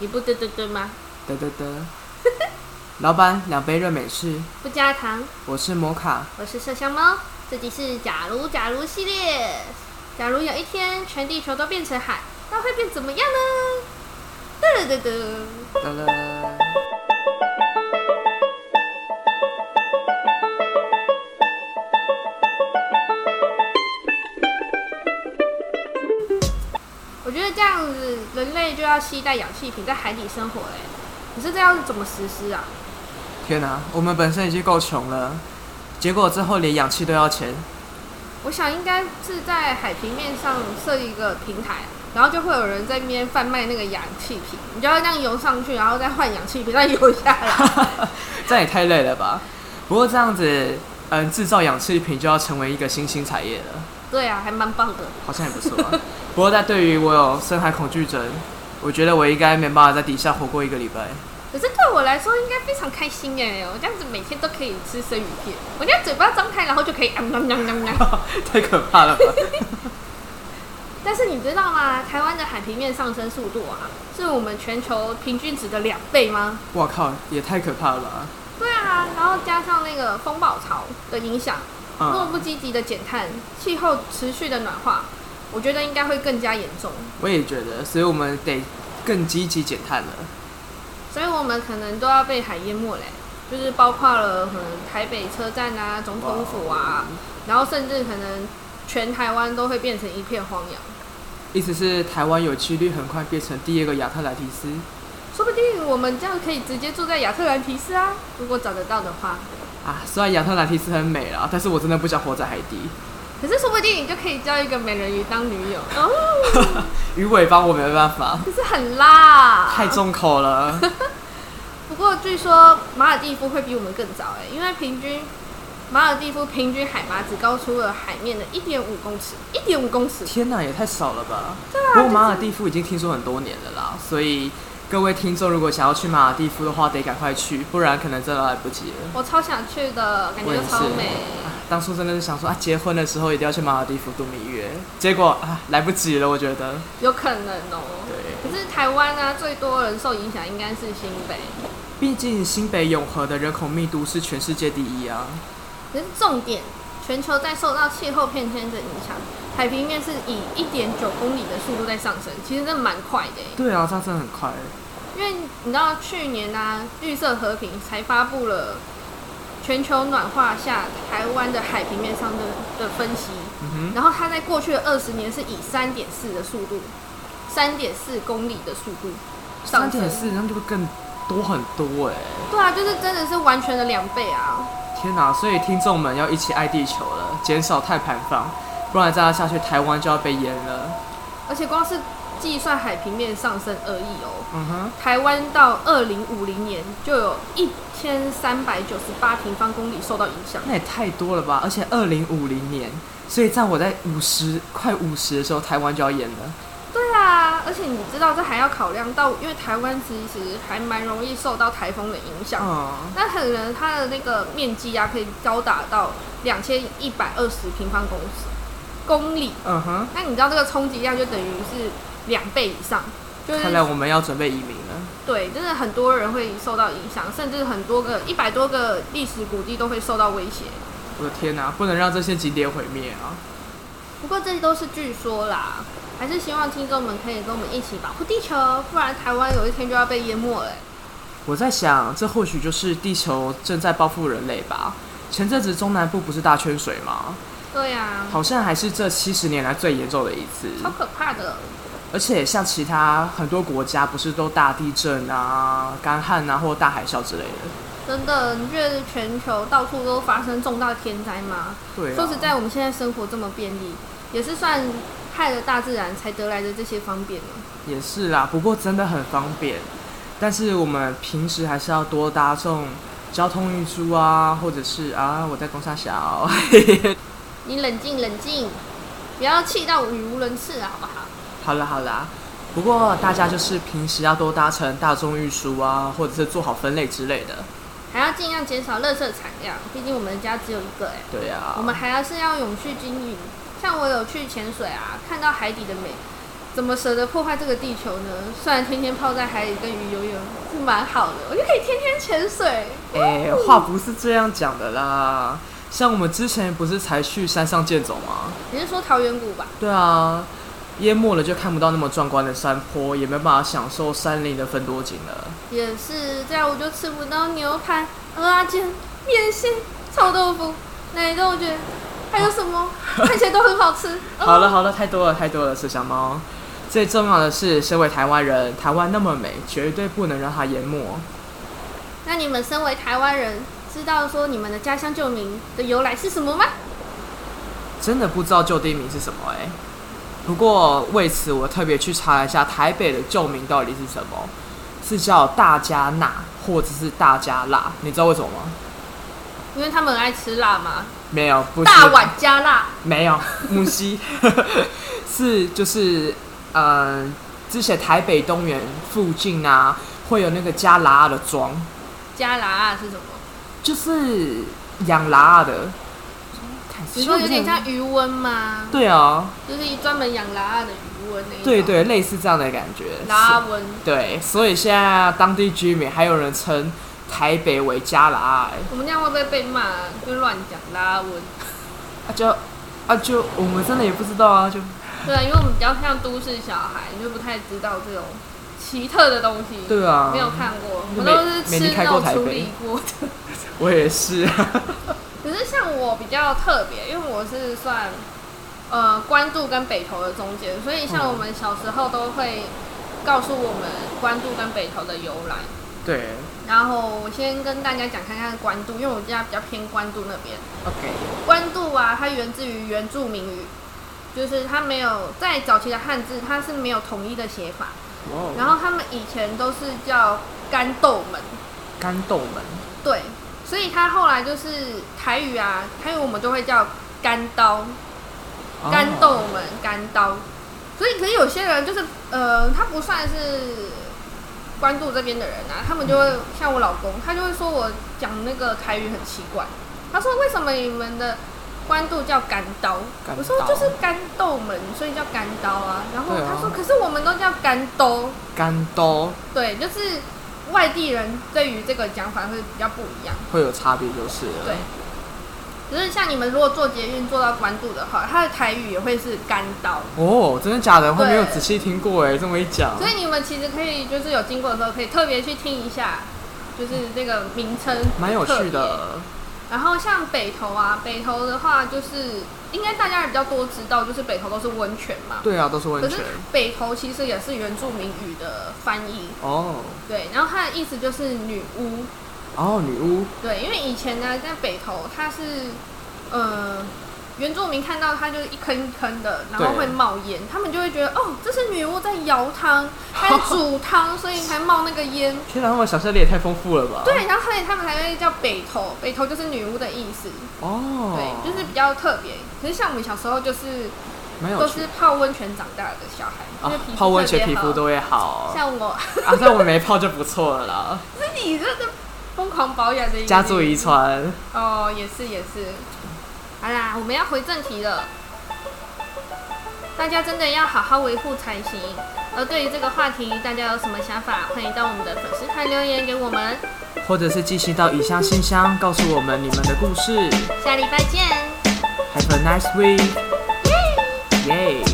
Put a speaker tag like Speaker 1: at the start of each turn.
Speaker 1: 你不对对对吗？
Speaker 2: 得得得。老板，两杯热美式，
Speaker 1: 不加糖。
Speaker 2: 我是摩卡。
Speaker 1: 我是麝香猫，这集是假如假如系列。假如有一天全地球都变成海，那会变怎么样呢？嘚嘚嘚。
Speaker 2: 得了。
Speaker 1: 我觉得这样子人类就要携带氧气瓶在海底生活嘞。可是这样怎么实施啊？
Speaker 2: 天哪、我们本身已经够穷了，结果之后连氧气都要钱。
Speaker 1: 我想应该是在海平面上设一个平台，然后就会有人在那边贩卖那个氧气瓶，你就要这样游上去，然后再换氧气瓶，再游下来。
Speaker 2: 这样也太累了吧？不过这样子，嗯，制造氧气瓶就要成为一个新兴产业了，
Speaker 1: 对啊，还蛮棒的。
Speaker 2: 好像也不错、啊。不过，但对于我有深海恐惧症，我觉得我应该没办法在底下活过一个礼拜。
Speaker 1: 可是对我来说应该非常开心哎，我这样子每天都可以吃生鱼片，我这样嘴巴张开，然后就可以啊喵喵喵 喵。
Speaker 2: 太可怕了吧？
Speaker 1: 但是你知道吗？台湾的海平面上升速度啊，是我们全球平均值的两倍吗？
Speaker 2: 我靠，也太可怕了吧？
Speaker 1: 对啊，然后加上那个风暴潮的影响，如果
Speaker 2: 嗯，
Speaker 1: 不积极的减碳，气候持续的暖化，我觉得应该会更加严重。
Speaker 2: 我也觉得，所以我们得更积极减碳了。
Speaker 1: 所以我们可能都要被海淹没嘞，就是包括了可能台北车站啊、总统府啊，然后甚至可能全台湾都会变成一片荒洋。
Speaker 2: 意思是台湾有几率很快变成第二个亚特兰提斯。
Speaker 1: 说不定我们这样可以直接住在亚特兰提斯啊，如果找得到的话。
Speaker 2: 啊，虽然亚特兰提斯很美啦，但是我真的不想活在海底。
Speaker 1: 可是说不定你就可以交一个美人鱼当女友哦，
Speaker 2: 鱼尾巴我没办法，
Speaker 1: 可是很辣。
Speaker 2: 太重口了。
Speaker 1: 不过据说马尔蒂夫会比我们更早哎、因为平均马尔蒂夫平均海拔只高出了海面的一点五公尺，一点五公尺。
Speaker 2: 天哪，也太少了吧！不过马尔蒂夫已经听说很多年了啦，所以各位听众如果想要去马尔蒂夫的话，得赶快去，不然可能真的来不及了。
Speaker 1: 我超想去的，感
Speaker 2: 我
Speaker 1: 觉
Speaker 2: 也
Speaker 1: 就是超美。
Speaker 2: 当初真的是想说啊，结婚的时候一定要去马尔蒂夫度蜜月，结果啊来不及了，我觉得。
Speaker 1: 有可能哦、
Speaker 2: 对，
Speaker 1: 可是台湾啊，最多人受影响应该是新北。
Speaker 2: 毕竟新北永和的人口密度是全世界第一啊。
Speaker 1: 可是重点，全球在受到气候变迁的影响，海平面是以一点九公里的速度在上升，其实真的蛮快的欸、
Speaker 2: 对啊，这样真的很快。
Speaker 1: 因为你知道去年啊，绿色和平才发布了全球暖化下台湾的海平面上的的分析，
Speaker 2: 嗯
Speaker 1: 然后它在过去的二十年是以三点四的速度，三点四公里的速度
Speaker 2: 哼，
Speaker 1: 上
Speaker 2: 三
Speaker 1: 升
Speaker 2: 点。四，那就会更多很多哎、
Speaker 1: 对啊，就是真的是完全的两倍啊！
Speaker 2: 天哪、所以听众们要一起爱地球了，减少碳排放，不然这样下去，台湾就要被淹了。
Speaker 1: 而且光是计算海平面上升而已哦，
Speaker 2: 嗯哼，
Speaker 1: 台湾到二零五零年就有一千三百九十八平方公里受到影响。
Speaker 2: 那也太多了吧！而且二零五零年，所以在我在五十快五十的时候，台湾就要淹了。
Speaker 1: 对啊，而且你知道这还要考量到，因为台湾其实还蛮容易受到台风的影响，
Speaker 2: 嗯，
Speaker 1: 那可能它的那个面积啊可以高达到两千一百二十平方公尺公里，
Speaker 2: 嗯哼，
Speaker 1: 那你知道这个冲击量就等于是两倍以上，就是
Speaker 2: 看来我们要准备移民了。
Speaker 1: 对，真的很多人会受到影响，甚至很多个一百多个历史古迹都会受到威胁。
Speaker 2: 我的天哪、不能让这些景点毁灭啊！
Speaker 1: 不过这都是据说啦，还是希望听众们可以跟我们一起保护地球，不然台湾有一天就要被淹没了欸、
Speaker 2: 我在想，这或许就是地球正在报复人类吧。前阵子中南部不是大缺水吗？
Speaker 1: 对呀、
Speaker 2: 好像还是这七十年来最严重的一次。
Speaker 1: 超可怕的。
Speaker 2: 而且像其他很多国家，不是都大地震啊、干旱啊，或大海啸之类的。
Speaker 1: 真的，你觉得全球到处都发生重大天灾吗？
Speaker 2: 对、啊，
Speaker 1: 说实在，我们现在生活这么便利，也是算害了大自然才得来的这些方便呢。
Speaker 2: 也是啦，不过真的很方便。但是我们平时还是要多搭送交通运输啊，或者是啊，我在公沙小，
Speaker 1: 你冷静冷静，不要气到语无伦次啊，好不好？
Speaker 2: 好啦好啦。不过大家就是平时要多搭乘大众运输啊，或者是做好分类之类的。
Speaker 1: 还要尽量减少垃圾产量，毕竟我们家只有一个哎、
Speaker 2: 对啊，
Speaker 1: 我们还要是要永续经营。像我有去潜水啊，看到海底的美，怎么舍得破坏这个地球呢？虽然天天泡在海里跟鱼游泳是蛮好的，我就可以天天潜水。
Speaker 2: 哎、话不是这样讲的啦。像我们之前不是才去山上健走吗？
Speaker 1: 你是说桃源谷吧？
Speaker 2: 对啊，淹没了就看不到那么壮观的山坡，也没办法享受山林的分多景了。
Speaker 1: 也是，这样我就吃不到牛排、蚵仔煎、面线、臭豆腐、奶豆卷，还有什么？看起来都很好吃。哦
Speaker 2: 好了，好了，太多了太多了，是小猫。最重要的是，身为台湾人，台湾那么美，绝对不能让它淹没。
Speaker 1: 那你们身为台湾人，知道说你们的家乡旧名的由来是什么吗？
Speaker 2: 真的不知道旧地名是什么哎、不过为此我特别去查了一下台北的旧名到底是什么，是叫大家纳或者是大家辣，你知道为什么吗？
Speaker 1: 因为他们很爱吃辣嘛，
Speaker 2: 没有，不是
Speaker 1: 大碗加辣。
Speaker 2: 没有，母鸡 是就是嗯、呃，之前台北东园附近啊，会有那个加拉的庄，
Speaker 1: 加辣是什么？
Speaker 2: 就是养拉的，
Speaker 1: 你说有点像鱼瘟吗？
Speaker 2: 对啊，
Speaker 1: 就是专门养拉的鱼瘟那一种
Speaker 2: 对，对，类似这样的感觉。
Speaker 1: 拉瘟。
Speaker 2: 对，所以现在当地居民还有人称台北为加拉、欸，
Speaker 1: 我们这样会不会被骂？就乱讲拉瘟。
Speaker 2: 啊就啊就我们真的也不知道啊，就
Speaker 1: 对啊，因为我们比较像都市小孩，你就不太知道这种奇特的东西。
Speaker 2: 对啊，
Speaker 1: 没有看过，我
Speaker 2: 就
Speaker 1: 们
Speaker 2: 没
Speaker 1: 都是
Speaker 2: 没离
Speaker 1: 吃
Speaker 2: 开
Speaker 1: 那
Speaker 2: 过
Speaker 1: 种
Speaker 2: 台北
Speaker 1: 处理过的。
Speaker 2: 我也是，
Speaker 1: 可是像我比较特别，因为我是算呃关渡跟北投的中间，所以
Speaker 2: 嗯
Speaker 1: 像我们小时候都会告诉我们关渡跟北投的由来。
Speaker 2: 对
Speaker 1: 然后我先跟大家讲看看关渡，因为我家比较偏关渡那边。
Speaker 2: ，OK，
Speaker 1: 关渡啊，它源自于原住民语，就是它没有在早期的汉字，它是没有统一的写法。
Speaker 2: 哇哦，
Speaker 1: 然后他们以前都是叫干豆门，
Speaker 2: 干豆门，
Speaker 1: 对，所以它后来就是台语啊，台语我们就会叫干刀，
Speaker 2: 哦
Speaker 1: 干豆门、干刀。所以，可是有些人就是呃，他不算是关渡这边的人啊，他们就
Speaker 2: 嗯
Speaker 1: 会像我老公，他就会说我讲那个台语很奇怪。他说为什么你们的关渡叫干刀？
Speaker 2: 干刀
Speaker 1: 我说就是干豆门，所以叫干刀啊。然后
Speaker 2: 对啊
Speaker 1: 他说，可是我们都叫干兜，
Speaker 2: 干豆
Speaker 1: 对，就是外地人对于这个讲法会比较不一样。
Speaker 2: 会有差别就是了，
Speaker 1: 对，可是像你们如果坐捷运坐到关渡的话，它的台语也会是干刀。
Speaker 2: 哦，真的假的？会没有
Speaker 1: 对
Speaker 2: 仔细听过哎，这么一讲，
Speaker 1: 所以你们其实可以，就是有经过的时候，可以特别去听一下，就是这个名称，
Speaker 2: 嗯蛮有趣。的。
Speaker 1: 然后像北投啊，北投的话，就是应该大家也比较多知道，就是北投都是温泉嘛。
Speaker 2: 对啊，都是温
Speaker 1: 可是
Speaker 2: 泉
Speaker 1: 北投其实也是原住民语的翻译，
Speaker 2: 哦。
Speaker 1: 对。然后它的意思就是女巫，
Speaker 2: 哦，女巫
Speaker 1: 对，因为以前呢，在北投它是，呃，原住民看到它就是一坑一坑的，然后
Speaker 2: 对
Speaker 1: 会冒烟，他们就会觉得哦，这是女巫在摇 汤，还在煮汤，所以才冒那个烟。
Speaker 2: 天哪，他们想象力也太丰富了吧？，
Speaker 1: 对，然后所以他们才会叫北投，北投就是女巫的意思，
Speaker 2: 哦，
Speaker 1: 对，就是比较特别。可是像我们小时候就是
Speaker 2: 蛮有
Speaker 1: 都
Speaker 2: 趣
Speaker 1: 是泡温泉长大的小孩，因
Speaker 2: 啊
Speaker 1: 为皮肤、，
Speaker 2: 泡温泉皮肤都会好
Speaker 1: 像我，
Speaker 2: 啊，但我没泡就不错了啦，
Speaker 1: 那你这是疯狂保养的一个
Speaker 2: 家族
Speaker 1: 例
Speaker 2: 遗
Speaker 1: 子
Speaker 2: 传。
Speaker 1: 哦，也是也是。好啦，我们要回正题了。大家真的要好好维护才行。而对于这个话题，大家有什么想法，欢迎到我们的粉丝团留言给我们。
Speaker 2: 或者是寄信到以上信箱，告诉我们你们的故事。
Speaker 1: 下礼拜见。
Speaker 2: Have a nice week，耶、